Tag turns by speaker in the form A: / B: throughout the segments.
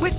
A: With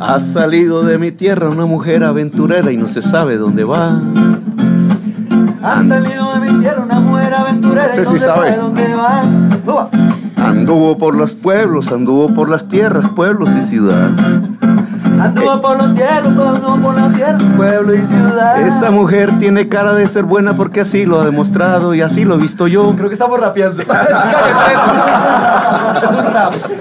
B: Ha salido de mi tierra una mujer aventurera y no se sabe dónde va.
C: Ha salido de mi tierra una mujer aventurera
B: Ese
C: y
B: sí
C: no
B: sabe.
C: sabe dónde va. Uva.
B: Anduvo por los pueblos, anduvo por las tierras, pueblos y ciudad. Eh.
C: Anduvo por los cielos, anduvo por la tierra, pueblo y ciudad.
B: Esa mujer tiene cara de ser buena porque así lo ha demostrado y así lo he visto yo.
C: Creo que estamos rapeando. Cállate eso. es un rap.